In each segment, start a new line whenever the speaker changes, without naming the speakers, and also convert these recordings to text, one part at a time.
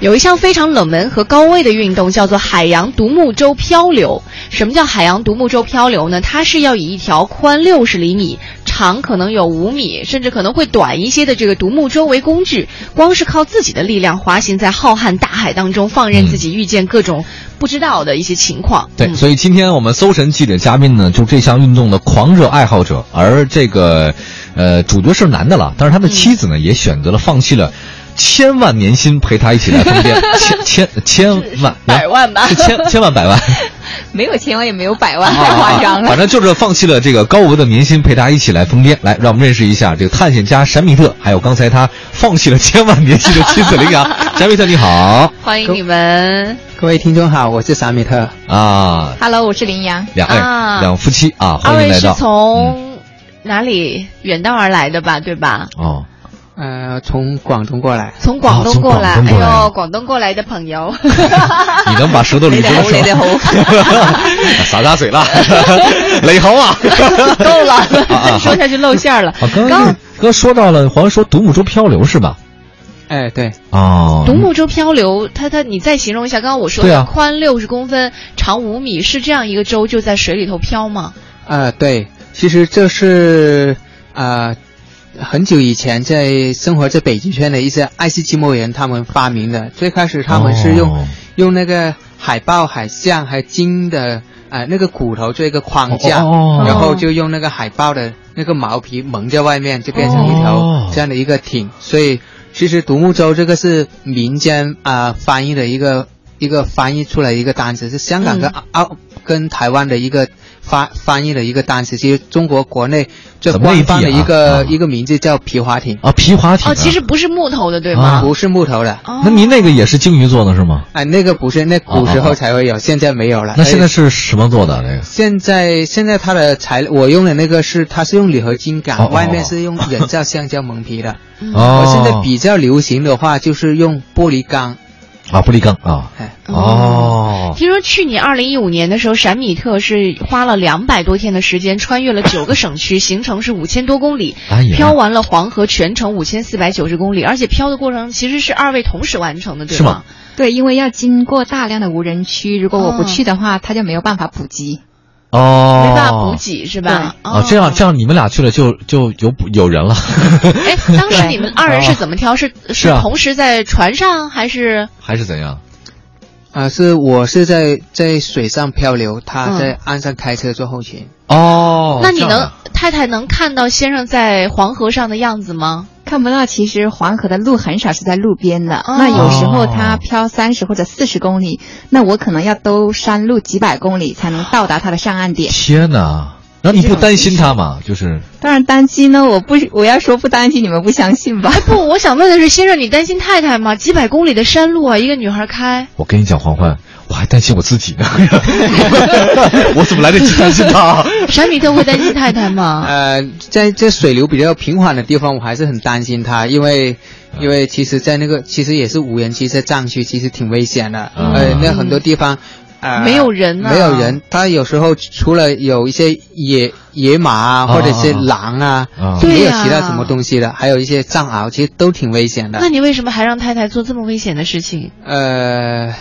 有一项非常冷门和高危的运动叫做海洋独木舟漂流。什么叫海洋独木舟漂流呢？它是要以一条宽六十厘米、长可能有五米，甚至可能会短一些的这个独木舟为工具，光是靠自己的力量滑行在浩瀚大海当中，放任自己遇见各种不知道的一些情况。
对，
嗯
所以今天我们搜神记者嘉宾呢，就这项运动的狂热爱好者，而这个，呃，主角是男的了，但是他的妻子呢，也选择了放弃了千万年薪陪他一起来疯 癫，千千千万
百万吧
是千千万百 万，
没有千万也没有百
啊
万，太夸张了。
反正就是放弃了这个高额的年薪陪他一起来疯癫。来，让我们认识一下这个探险家闪米特，还有刚才他放弃了千万年薪的妻子 林阳。闪米特你好
欢迎你们。
各位听众好，我是萨米特。
啊，
Hello，我是羚羊。
两位、
啊
两夫妻啊，
二
欢迎
位
来
是
到
从哪里远道而来的吧？对吧？
哦。
呃，从广东过来，
从广
哦
东
从
过来，
广东过来
哎呦，广东过来的朋友，
你能把舌头捋直吗？
雷得猴雷得
洒大水了，雷猴啊！
够了
啊啊，
说下去露馅儿了。
啊，刚刚刚说到了，好像说独木舟漂流是吧？
哎、对，
哦，
独木舟漂流，它它，你再形容一下，刚刚我说
对
的
啊
宽六十公分，长五米，是这样一个舟就在水里头漂吗？
呃，对，其实这是呃很久以前在生活在北极圈的一些爱斯基摩人他们发明的。最开始他们是用、
哦
用那个海豹、海象还鲸的呃那个骨头做一个框架，
哦
然后就用那个海豹的那个毛皮蒙在外面，就变成一
哦
条这样的一个艇。所以其实独木舟这个是民间啊、呃翻译的一个一个翻译出来一个单词，是香港跟
嗯
澳、澳跟台湾的一个翻翻译的一个单词。其实中国国内最
怎么内
官
地啊
方的一个、
啊
一个名字叫皮划艇，
啊，皮划艇啊。
哦，其实不是木头的，对吗？
不是木头的。
哦
那您那个也是鲸鱼做的是吗？
哎，那个不是，那古时候才会有，现在没有了。
啊那现
哎
在是什么做的？那个
现在现在它的材料，我用的那个是它是用铝合金
哦
杆，
哦哦
外面是用人造橡胶蒙皮的。
哦
嗯我现在比较流行的话就是用玻璃钢，
啊，不立缸啊。
哎，
哦，
听说去年二零一五年的时候，闪米特是花了两百多天的时间，穿越了九个省区，行程是五千多公里，
哎呀
飘啊完了黄河全程五千四百九十公里，而且飘的过程其实是二位同时完成的，对
是吗
吗？
对，因为要经过大量的无人区，如果我不去的话，他就没有办法补给。
哦，
没办法补给哦是吧？
啊，这样这
样。
样你们俩去了就就有补有人了。
哎，当时你们二人是怎么挑？是
是
哦是
啊
同时在船上还是？
还是怎样？
啊、是我是在在水上漂流，他在岸上开车坐后勤。
哦，
那你
这样
能
啊
太太能看到先生在黄河上的样子吗？
看不到，其实黄河的路很少是在路边的。
哦
那有时候它漂三十或者四十公里，那我可能要兜山路几百公里才能到达它的上岸点。
天哪！然后你不担心他吗？就是
当然担心呢，我不，我要说不担心，你们不相信 吧？
不，我想问的是，先生，你担心太太吗？几百公里的山路啊，一个女孩开，
我跟你讲，欢欢，我还担心我自己呢， 我怎么来得及担心他？啊
闪米特会担心太太 吗？
呃，在这水流比较平缓的地方，我还是很担心他，因为因为其实，在那个其实也是无人区，在藏区其实挺危险的，
嗯
呃，那很多地方。呃、
没有人啊
没有人。他有时候除了有一些野野马啊，或者是狼啊，
啊
没
对
有
啊
其他什么东西的，还有一些藏獒，其实都挺危险的
那。你为什么还让太太做这么危险的事情？
呃，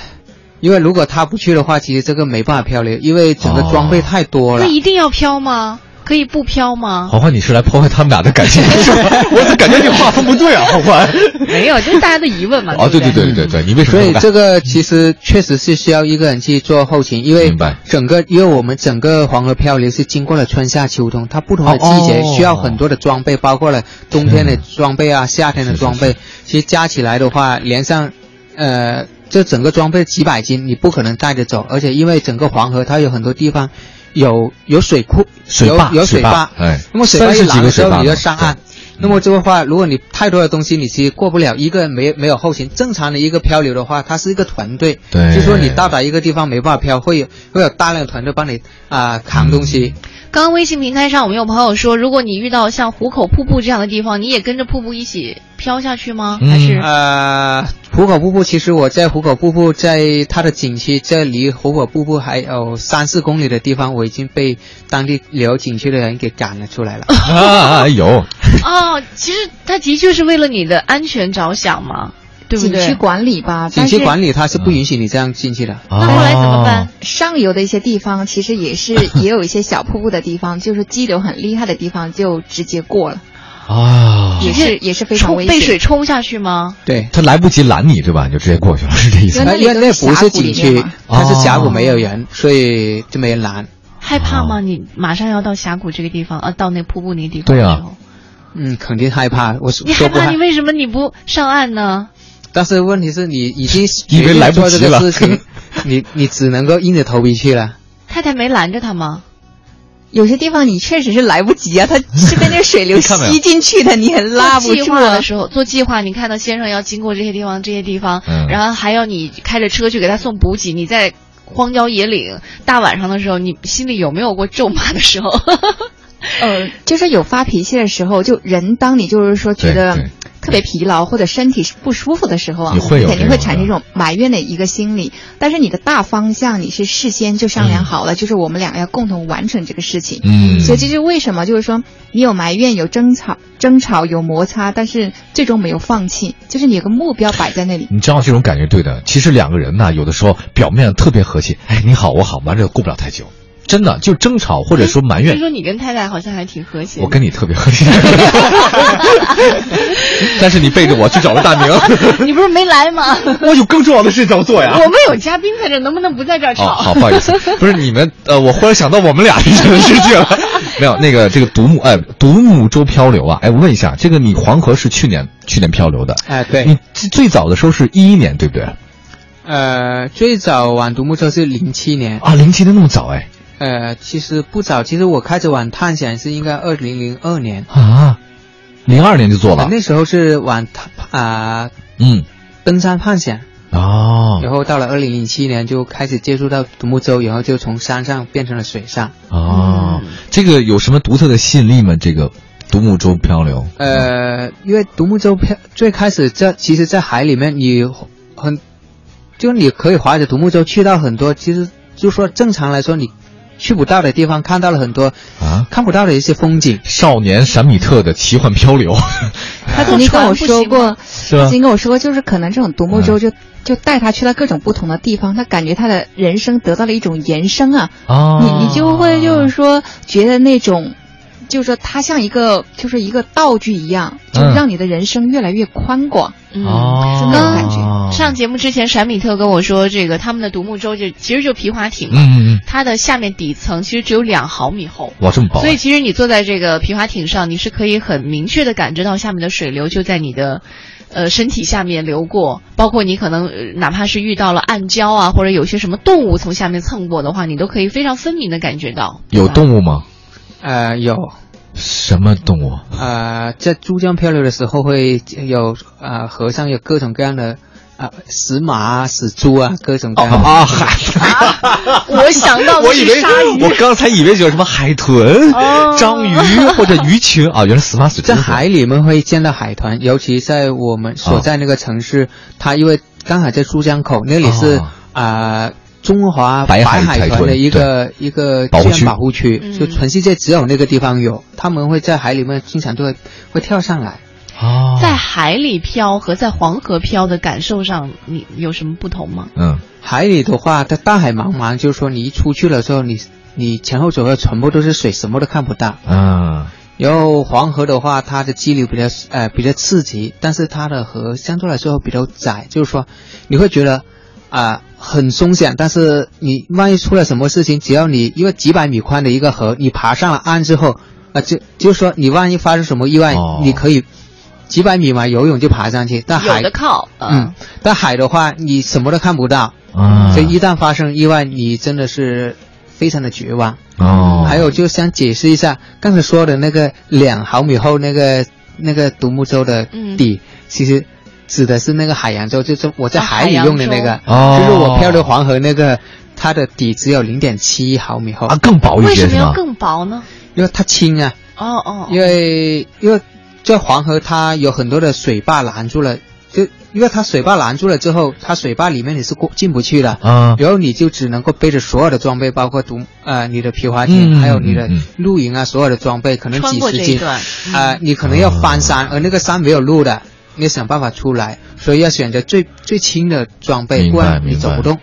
因为如果他不去的话，其实这个没办法漂流，因为整个装备太多了。
那一定要飘吗？可以不飘吗？
欢欢，你是来破坏他们俩的感情是吧？我怎么感觉你画风不对啊，欢欢？
没有，就是大家的疑问嘛。
哦，对
不
对
对
对对对对，你为什么
所以
不敢
这个其实确实是需要一个人去做后勤，因为
明白
整个因为我们整个黄河漂流是经过了春夏秋冬，它不同的季节
哦
需要很多的装备，包括了冬天的装备啊、夏天的
是是
装备
是，
其实加起来的话，连上，呃，这整个装备几百斤，你不可能带着走，而且因为整个黄河它有很多地方有有水库、
水
有
坝
有
水
水
坝
坝，
哎
那么水坝
30
一
几
拦
个
的时
水坝
候你
呢
就上岸
对。
那么这个话，如果你太多的东西，你其实过不了。一个人没没有后勤，正常的一个漂流的话，它是一个团队，
对
就说你到达一个地方没办法漂，会有会有大量的团队帮你啊、扛东西。
刚刚微信平台上我们有朋友说，如果你遇到像壶口瀑布这样的地方，你也跟着瀑布一起飘下去吗？
嗯
还是？
呃，壶口瀑布，其实我在壶口瀑布，在它的景区，在离壶口瀑布还有三四公里的地方，我已经被当地旅游景区的人给赶了出来
哦
了。
啊？哎呦，
哦，其实他的确是为了你的安全着想嘛。对不
景
对？
区管理吧，
景
但
区
是
管理它是不允许你这样进去的。
那后来怎么办？？
上游的一些地方其实也是 也有一些小瀑布的地方，就是激流很厉害的地方就直接过了，
啊，
也是也是非常
冲
危险。
被水冲下去吗？
对，
他来不及拦你，对吧？你就直接过去了，是这意思
因
吗？
为那里
那因为
都
那
是
不
峡
是
谷里
景
面
区
嘛，
它是峡
哦
谷没有人，所以就没人拦。
害怕
啊
吗？
哦
你马上要到峡谷这个地方啊，到那瀑布那个地方
对
的
啊
时候，
嗯，肯定害怕，我
你
说
害
不
怕，
害
你。为什么你不上岸呢？
但是问题是你已经
以为来不
做这
及
个
了
事情，你你只能够硬着头皮去了。
太太没拦着他吗？
有些地方你确实是来不及啊，它是被那个水 流
你看没有
吸进去的，你也拉不
做计
住
划
啊
的。时候，做计划，你看到先生要经过这些地方，这些地方，
嗯
然后还要你开着车去给他送补给，你在荒郊野岭大晚上的时候，你心里有没有过咒骂的时候？
呃，就是有发脾气的时候，就人当你就是说觉
对
得
对
特别疲劳或者身体不舒服的时候啊，
你会有
肯定
这
会
种
产生
的
一种埋怨的一个心理。但是你的大方向你是事先就商量好了，就是我们两个要共同完成这个事情。
嗯，
所以这就是为什么，就是说你有埋怨、有争吵、争吵有摩擦，但是最终没有放弃，就是你有个目标摆在那里。
你知道这种感觉对的。其实两个人呢，有的时候表面特别和气，哎，你好我好，完了过不了太久，真的就争吵或者说埋
所以
怨。
说你跟太太好像还挺和谐的。
我跟你特别合适， 但是你背着我去找了大 明，
你不是没来吗？
我有更重要的事情要做呀
我。们有嘉宾在这儿，能不能不在这儿
啊哦，
吵？
好，不好意思，不是你们，呃，我忽然想到我们俩之间的事 情了。没有，那个这个独木，哎，独木舟漂流啊，哎，我问一下，这个你黄河是去年去年漂流的，
哎、对，
你最最早的时候是一一年对不对？
呃，最早玩独木舟是零七年，
啊，零七年那么早哎
呃，其实不早，其实我开始玩探险是应该二零零二年，
啊，零二年就做了
啊那，时候是玩探啊、
嗯，
登山探险，
哦
然后到了二零零七年就开始接触到独木舟，然后就从山上变成了水上。
哦，这个有什么独特的吸引力吗？这个独木舟漂流，
呃，因为独木舟漂最开始在其实，在海里面你很，就你可以划着独木舟去到很多，其实就说正常来说你去不到的地方，看到了很多
啊，
看不到的一些风景。
少年闪米特的奇幻漂流， 哎
他曾经跟我说过，
是
他
吧
曾？经跟我说过，就是可能这种独木
嗯
舟就就带他去了各种不同的地方，他感觉他的人生得到了一种延伸啊。
啊，
你你就会就是说觉得那种，就是说它像一个就是一个道具一样，就
嗯
让你的人生越来越宽广。
嗯
哦，
是那种感觉
上节目之前，闪米特跟我说，这个他们的独木舟就其实就皮划艇嘛，
嗯嗯嗯，
它的下面底层其实只有两毫米厚。
哇，这么薄啊，
所以其实你坐在这个皮划艇上，你是可以很明确的感知到下面的水流就在你的，呃身体下面流过，包括你可能呃哪怕是遇到了暗礁啊，或者有些什么动物从下面蹭过的话，你都可以非常分明的感觉到。
有动物吗？
呃，有
什么动物？
呃，在珠江漂流的时候会有呃河上有各种各样的啊、呃、死马啊、死猪啊，各种各样的。
啊，海，
啊我想 到的
我以为
是鲨鱼，
啊我刚才以为有什么海豚
哦、
章鱼或者鱼群啊，原来死马死猪
在海里面会见到海豚，尤其在我们所在那个城市，它因为刚好在珠江口那里是
哦
啊、呃中华
白海海
海
豚
豚的一个一个
保护
自然
区
保护区，
嗯
就全世界只有那个地方有，他们会在海里面经常都会会跳上来。哦
啊，
在海里漂和在黄河漂的感受上，你有什么不同吗？
嗯，
海里的话，它大海茫茫，就是说你一出去了之后，你你前后左右全部都是水，什么都看不到。
啊，
然后黄河的话，它的激流比较呃比较刺激，但是它的河相对来说比较窄，就是说你会觉得啊、很松散，但是你万一出了什么事情，只要你因为几百米宽的一个河，你爬上了岸之后，啊、就就是说你万一发生什么意外，
哦
你可以几百米嘛游泳就爬上去，但
有
海
的靠，呃
嗯，但海的话你什么都看不到，
嗯
啊，
所以一旦发生意外，你真的是非常的绝望。
哦，
还有就想解释一下刚才说的那个两毫米厚那个那个独木舟的底，其实指的是那个海洋舟，就是我在
啊
海里用的那个，
海
哦
就是我漂流黄河那个，它的底只有零点七毫米厚，
啊更薄一
为
些
什
是
么要
吗？
更薄呢？
因为它轻啊，
哦哦，
因为因为在黄河它有很多的水坝拦住了，就因为它水坝拦住了之后，它水坝里面你是过进不去的，
啊，
然后你就只能够背着所有的装备，包括独呃你的皮划艇，
嗯
还有你的
嗯嗯
露营啊，所有的装备，可能
穿
几
过
十呃
这一
斤，
段
啊、你可能要翻山，而那个山没有路的，你要想办法出来，所以要选择最最轻的装备，
明白
不然你
明白
走不动。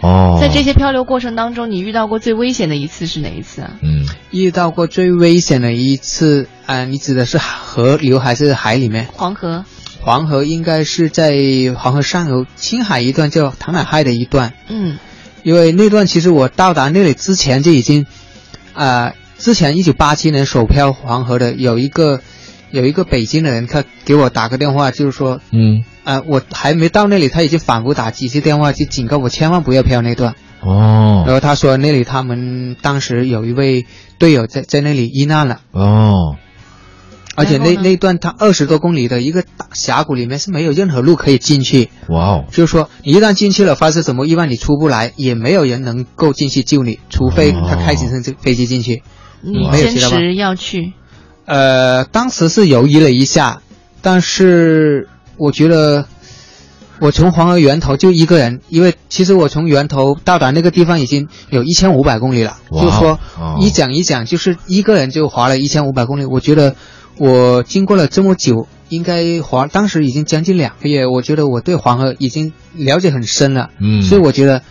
哦，
在这些漂流过程当中，你遇到过最危险的一次是哪一次啊？
嗯，
遇到过最危险的一次，啊、你指的是河流还是海里面？
黄河，
黄河应该是在黄河上游青海一段叫唐乃嗨的一段，
嗯
因为那段其实我到达那里之前就已经，啊、之前一九八七年首漂黄河的有一个有一个北京的人，他给我打个电话，就是说，
嗯，
啊、我还没到那里，他已经反复打几次电话，就警告我千万不要漂那段。然
哦，
后他说那里他们当时有一位队友在在那里遇难了，
哦，
而且那
然后呢
那段他二十多公里的一个大峡谷里面是没有任何路可以进去，
哇哦，
就是说你一旦进去了，发生什么意外你出不来，也没有人能够进去救你，除非他开直升机飞机进去。
你
没有
坚
提到吧
持要去，
呃，当时是犹豫了一下，但是我觉得我从黄河源头就一个人，因为其实我从源头到达那个地方已经有一千五百公里了，
哇哦
就是说
哦
一讲一讲就是一个人就划了一千五百公里，我觉得我经过了这么久。应该黄当时已经将近两个月，我觉得我对黄河已经了解很深了，
嗯
所以我觉得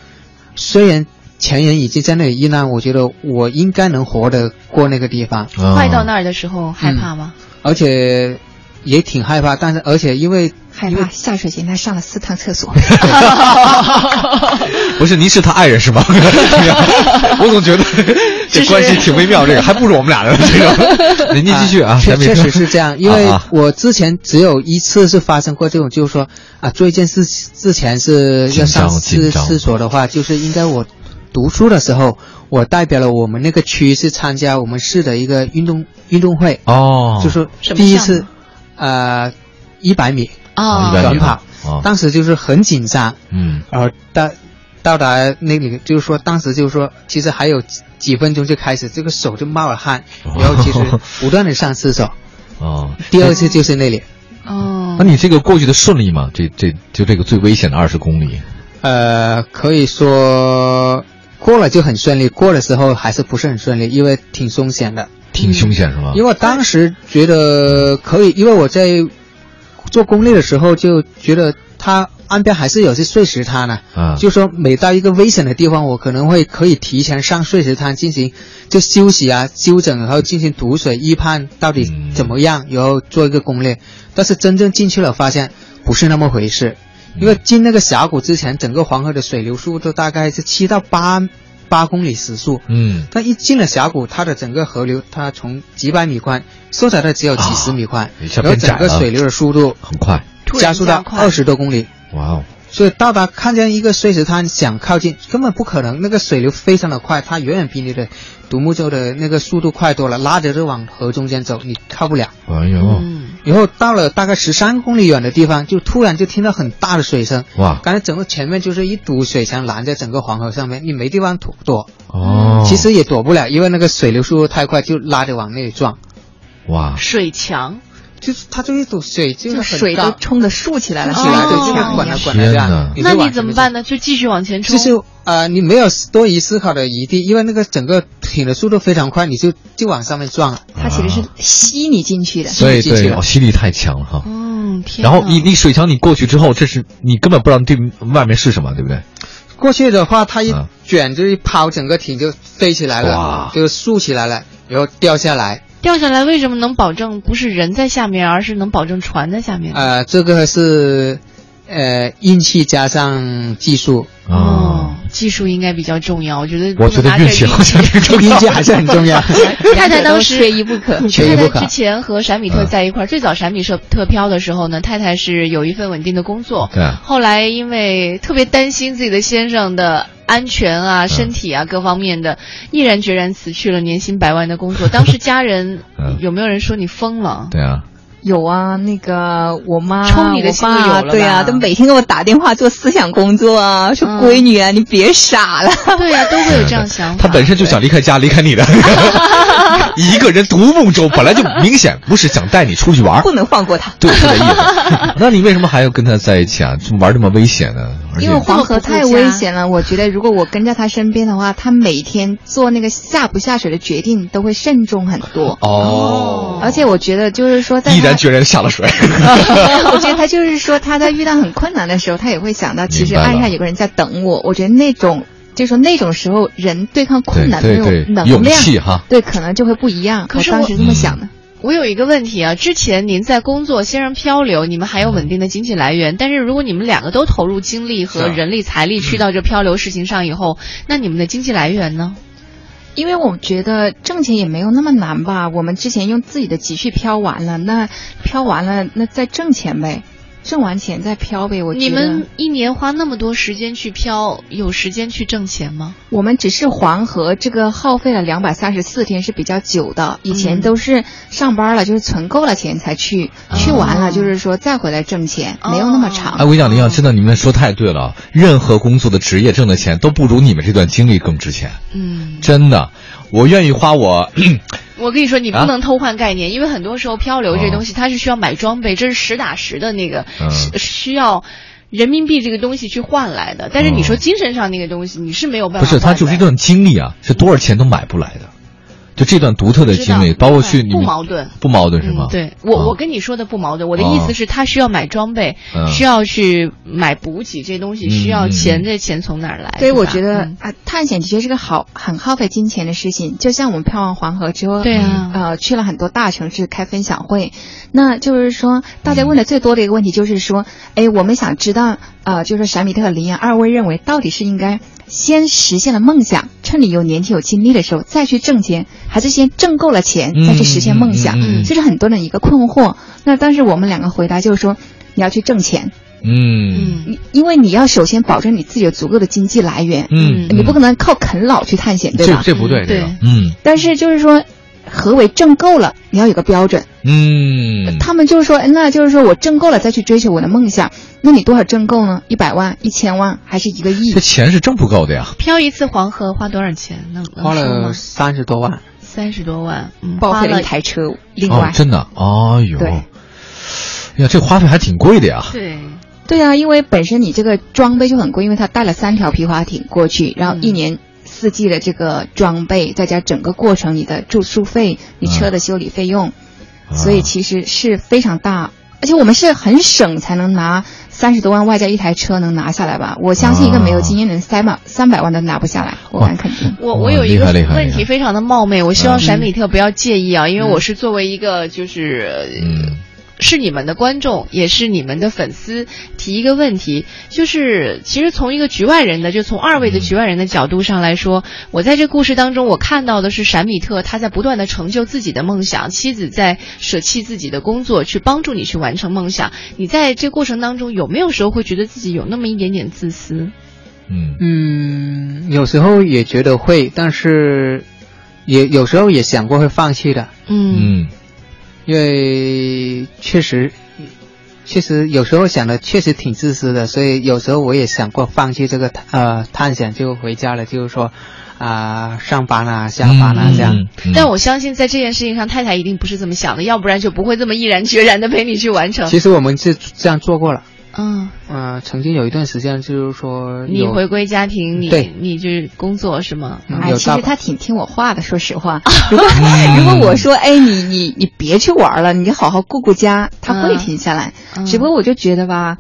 虽然前人已经在那里遇难，我觉得我应该能活得过那个地方。
快到
儿，
那儿的时候害怕吗？
而且也挺害怕，但是而且因为
害
嗯
怕下水前他上了四趟 厕所。
嗯
不是您是他爱人是吗？我总觉得这关系挺微妙，这个还不如我们 俩呢。这个，您您继续啊，
确
咱们也
确实是这样，因为
啊啊
我之前只有一次是发生过这种，就是说啊，做一件事之前是要
紧张
上
紧
厕
张
厕所的话，就是应该我读书的时候，我代表了我们那个区是参加我们市的一个 运动运动会，
哦，
就是
什么
第一
项
次
目，
呃，一百米，
啊、
一百米
短跑
啊
当时就是很紧张，
嗯，
然后呃到到达那里，就是说当时就是说，其实还有几几分钟就开始，这个手就冒了汗，然后其实不断的上厕所。
哦，
第二次就是那里，
哦
那，你这个过去的顺利吗？这这就这个最危险的二十公里，
呃，可以说过了就很顺利，过的时候还是不是很顺利，因为挺凶险的。
挺凶险是吧？
因为我当时觉得可以，因为我在做攻略的时候就觉得它岸边还是有些碎石滩呢、
啊，
就说每到一个危险的地方，我可能会可以提前上碎石滩进行就休息啊、休整，然后进行读水预判到底
嗯
怎么样，然后做一个攻略。但是真正进去了，发现不是那么回事，
嗯
因为进那个峡谷之前，整个黄河的水流速度大概是七到八八公里时速。
嗯，
但一进了峡谷，它的整个河流，它从几百米宽缩小到只有几十米宽，
啊一下
然后
变窄
整个
了
水流的速度
很快，
突然
加速
加
到
快
二十多公里，
哇哦，
所以到达看见一个碎石滩，想靠近根本不可能，那个水流非常的快，它远远比你的独木舟的那个速度快多了，拉着就往河中间走，你靠不了。
哎呦，
嗯，
然后到了大概十三公里远的地方，就突然就听到很大的水声，
哇，
感觉整个前面就是一堵水墙拦在整个黄河上面，你没地方躲躲，
哦，
嗯其实也躲不了，因为那个水流速度太快，就拉着往那里撞，
嗯哇，
水墙，
就是它就一堵水就是
就
很
水
高
都冲得竖起来了，
起
哦
来，
就
对，就是像管它管它
天
啊这样
哪，
就
那你
往
怎
前
么
面
办呢？就继续往前冲，
就是呃，你没有多余思考的余地，因为那个整个艇的速度非常快，你就就往上面撞了。
它其实
啊
是吸你进去的。
对
进去
对，
了
哦，吸力太强了哈。
嗯，天
然
哪，
后你你水墙你过去之后，这是你根本不知道对外面是什么，对不对？
过去的话，它一
啊
卷就一抛，整个艇就飞起来
哇
了，就竖起来了，然后掉下来。
掉下来为什么能保证不是人在下面，而是能保证船在下
哎
面？
呃，这个是呃运气加上技术，
哦
啊，，
技术应该比较重要，我觉得
我
不
觉
能
得
拿这
运
个
气
运
好像挺重
运
要
气还是很重要。
太太当
两个都缺
时
一不 可。
缺
太
一不
太
可
之前和闪米特
嗯
在一块儿，最早闪米特特漂的时候呢，太太是有一份稳定的工作，
对啊
后来因为特别担心自己的先生的安全
嗯
啊、身体啊各方面的，毅然决然辞去了年薪百万的工作。当时家人
嗯
有没有人说你疯了？
对啊，
有啊，那个我妈、
冲你的心
我
就有了
爸，
吧
对啊，都每天给我打电话做思想工作啊，说闺女啊，你别傻 了。
对呀、都会有这样想法。
啊他本身就想离开家，离开你的，一个人独木舟，本来就明显不是想带你出去玩儿
不，能放过他。
对，是这意思。那你为什么还要跟他在一起啊？就玩这么危险呢？而且
因为黄河太危险了，我觉得如果我跟在他身边的话，他每天做那个下不下水的决定都会慎重很多。
哦，
而且我觉得就是说在他，
毅然决然地下了水。
我觉得他就是说他在遇到很困难的时候，他也会想到其实
明白了
岸上有个人在等我。我觉得那种就是说那种时候人对抗困难的
对
那
对
种
对，
能
勇
量，
气哈。
对可能就会不一样。
可是
我当
我
时这
嗯
么想的。
我有一个问题啊，之前您在工作、先生漂流，你们还有稳定的经济来源，但是如果你们两个都投入精力和
是啊
人力、财力去到这漂流事情上以后，那你们的经济来源呢？
因为我觉得挣钱也没有那么难吧，我们之前用自己的积蓄漂完了，那漂完了，那再挣钱呗，挣完钱再漂呗。我觉
你
得
们一年花那么多时间去漂，有时间去挣钱吗？
我们只是黄河这个耗费了两百三十四天是比较久的，以前
嗯
都是上班了，就是存够了钱才去，
哦
去完了就是说再回来挣钱，
哦
没有那么长。
哎，我跟你讲，林阳，真的，你们说太对了。啊任何工作的职业挣的钱都不如你们这段经历更值钱，
嗯，
真的。我愿意花我，
我跟你说，你不
啊
能偷换概念，因为很多时候漂流这
哦
东西它是需要买装备，这是实打实的那个，
嗯
是需要人民币这个东西去换来的。但是你说精神上那个东西，你是没有办
哦不
法换
是，
的。
它就是一段经历啊，是多少钱都买不来的。就这段独特的经历，
知道
包括去你
不
们
矛盾。
不矛盾是吗？
嗯、对我、
啊
我跟你说的不矛盾，我的意思是，他需要买装备，
嗯
需要去买补给这些东西，
嗯
需要
嗯嗯
钱，这钱从哪儿来？
所以
对吧
我觉得、
嗯
啊，探险的确是个好很耗费金钱的事情。就像我们漂完黄河之后，
对啊，
呃，去了很多大城市开分享会，那就是说，大家问的最多的一个问题就是说，哎，我们想知道，呃，就是闪米特和林阳二位认为，到底是应该先实现了梦想，趁你有年纪有精力的时候再去挣钱，还是先挣够了钱再去实现梦想？
嗯嗯嗯嗯
这是很多人一个困惑。那但是我们两个回答就是说，你要去挣钱，
嗯
嗯，
因为你要首先保证你自己有足够的经济来源，
嗯，
你不可能靠啃老去探险，对
这
吧？
这不对，这
对
个嗯
但是就是说，何为挣够了？你要有个标准。
嗯，
他们就是说，哎那就是说我挣够了再去追求我的梦想。那你多少挣够呢？一百万、一千万，还是一个亿
这？钱是挣不够的呀。
漂一次黄河花多少钱？能能
花
说吗
了三十多万。
三十多万，嗯，
报
花
废
了
了一台车。另
哦
外，，
真的，哎呦，
对
哎呀，这花费还挺贵的呀。
对，
对啊，因为本身你这个装备就很贵，因为他带了三条皮划艇过去，然后一年四季的这个装备，再加整个过程你的住宿费、你车的修理费用，
啊
所以其实是非常大。而且我们是很省才能拿三十多万外加一台车能拿下来吧？我相信一个没有经验的人，三百三百万都拿不下来，我敢肯定。
我
哇
我有一个
厉害厉害
问
厉害
题非常的冒昧，我希望
嗯
闪米特不要介意啊，因为我是作为一个就是、
嗯
是你们的观众，也是你们的粉丝，提一个问题，就是其实从一个局外人的，就从二位的局外人的角度上来说，我在这故事当中，我看到的是闪米特他在不断的成就自己的梦想，妻子在舍弃自己的工作去帮助你去完成梦想。你在这过程当中有没有时候会觉得自己有那么一点点自私？
嗯
嗯，有时候也觉得会，但是也有时候也想过会放弃的，
嗯
嗯
因为确实，确实有时候想的确实挺自私的，所以有时候我也想过放弃这个探呃探险，就回家了，就是说啊、上班啦、下班啊啦、
嗯
这样。
嗯嗯
但我相信，在这件事情上，太太一定不是这么想的，要不然就不会这么毅然决然的陪你去完成。
其实我们是这样做过了，
嗯，
嗯、曾经有一段时间就是说
你
有
回归家庭，你
对
你就是工作是吗？
嗯
哎，
有
其
大
实
把
他挺听我话的，说实 话。如果
嗯
如果我说，哎，你你你别去玩了，你好好顾顾家，他会
嗯
停下来。
嗯
只不过我就觉得吧，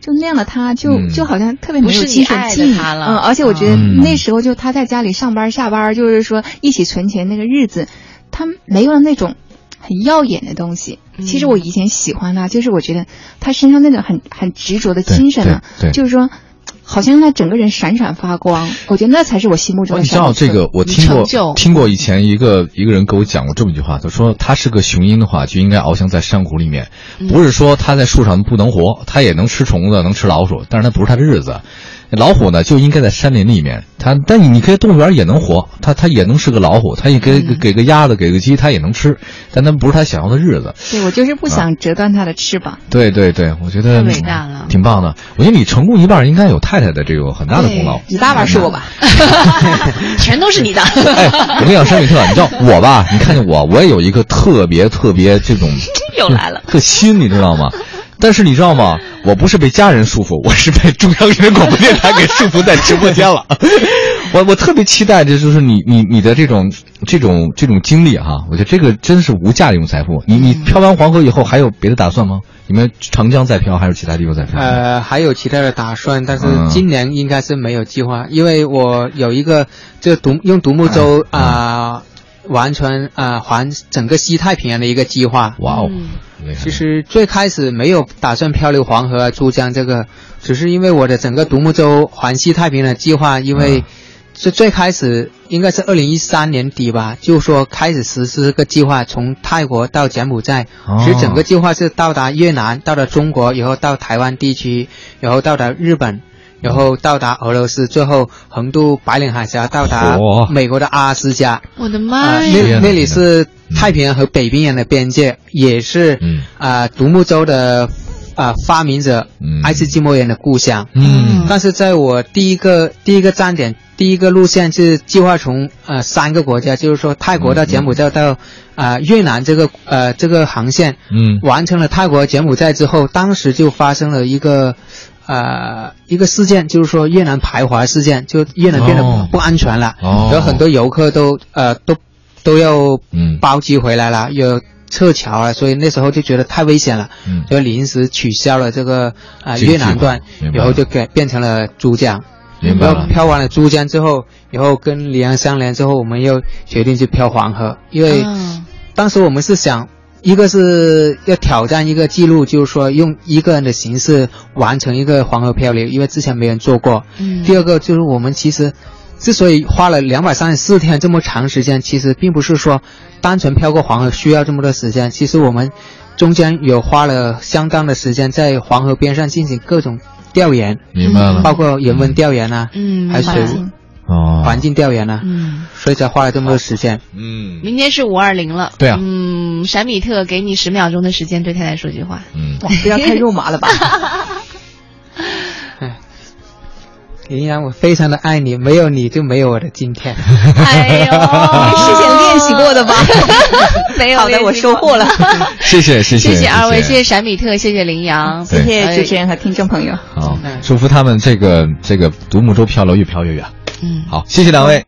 就那样的他就，就、
嗯
好像特别没
不是
有
你
精神
爱的
劲。
他了
嗯，而且我觉得
嗯
那时候就他在家里上班下班，就是说一起存钱那个日子，他没有那种。很耀眼的东西。其实我
嗯
以前喜欢他，就是我觉得他身上那种很很执着的
对
精神啊，
对对
就是说，好像他整个人闪闪发 光。我觉得那才是我心目中
我哦
的
你知
闪
道
闪
这个，我
你
听
成就
过听过以前一个一个人给我讲过这么一句话，他说他是个雄鹰的话，就应该翱翔在山谷里面，
嗯
不是说他在树上不能活，他也能吃虫子，能吃老鼠，但是他不是他的日子。老虎呢，就应该在山林里面，它但你你可以动物园也能活，它它也能是个老虎，它也给
嗯
给给个鸭子，给个鸡，它也能吃，但那不是他想要的日子。
对，我就是不想折断他的翅膀。
对对对，我觉得
太伟大了
挺棒的。我觉得你成功一半应该有太太的这个很大的功劳。
你爸爸是我吧？
全都是你的。
哎，我跟你讲，山米特， 你知道我吧？你看见我，我也有一个特别特别这种
又来了，
个心，你知道吗？但是你知道吗？我不是被家人束缚，我是被中央人民广播电台给束缚在直播间了。我我特别期待，这就是你你你的这种这种这种经历哈、我觉得这个真是无价的一种财富。你
嗯
你漂完黄河以后还有别的打算吗？你们长江再漂，还有其他地方再漂？
呃，还有其他的打算，但是
嗯
今年应该是没有计划，因为我有一个这独用独木舟
哎
啊、完全啊、环整个西太平洋的一个计划。
哇哦
嗯，
厉害
其实最开始没有打算漂流黄河、珠江这个，只是因为我的整个独木舟环西太平洋的计划，因为
嗯
最最开始应该是二零一三年底吧，就说开始实施这个计划，从泰国到柬埔寨，
哦
其实整个计划是到达越南，到达中国，然后到台湾地区，然后到达日本。然后到达俄罗斯，最后横渡白令海峡，到达
嚯
美国的阿拉斯加。
我的
啊，
妈呀！
天
那
哪
那里是嗯太平洋和北冰洋的边界，也是
嗯
啊独木舟的啊发明者
嗯
爱斯基摩人的故乡。
嗯
但是在我第一个第一个站点，第一个路线是计划从呃三个国家，就是说泰国到柬埔寨到啊、越南这个呃这个航线，
嗯
完成了泰国柬埔寨之后，当时就发生了一个。呃，一个事件就是说越南排华事件，就越南变
哦
得不安全了，
哦
有很多游客都呃都都要
嗯
包机回来了，又撤侨了，所以那时候就觉得太危险了，
嗯
就临时取消了这个啊、呃
这个
越南段
计划明，白
然后就改变成了珠江。
明白
然
了
后。漂完了珠江之后，然后跟李阳商量之后，我们又决定去漂黄河，因为、
啊
当时我们是想，一个是要挑战一个记录，就是说用一个人的形式完成一个黄河漂流，因为之前没人做过。
嗯
第二个就是我们其实之所以花了两百三十四天这么长时间，其实并不是说单纯漂过黄河需要这么多时间，其实我们中间有花了相当的时间在黄河边上进行各种调研，
明白了
包括人文调研啊，
嗯，
还水
明白
文
哦，
环境调研啊，
嗯，
所以才花了这么多时间。
嗯
明天是五二零了。
对啊
嗯，闪米特给你十秒钟的时间对太太说句话。
嗯，
哇， 不要太肉麻了吧？
林阳，我非常的爱你，没有你就没有我的今天。
哎呦，
事先练习过的吧？
没有
好的，
练
我
习过
收获了。
谢谢谢
谢
谢
谢二位，谢谢闪米特，谢谢羚羊。
对
谢谢主持人和听众朋友。
好，祝福他们这个这个独木舟漂流越漂越远。
嗯。
好，谢谢两位。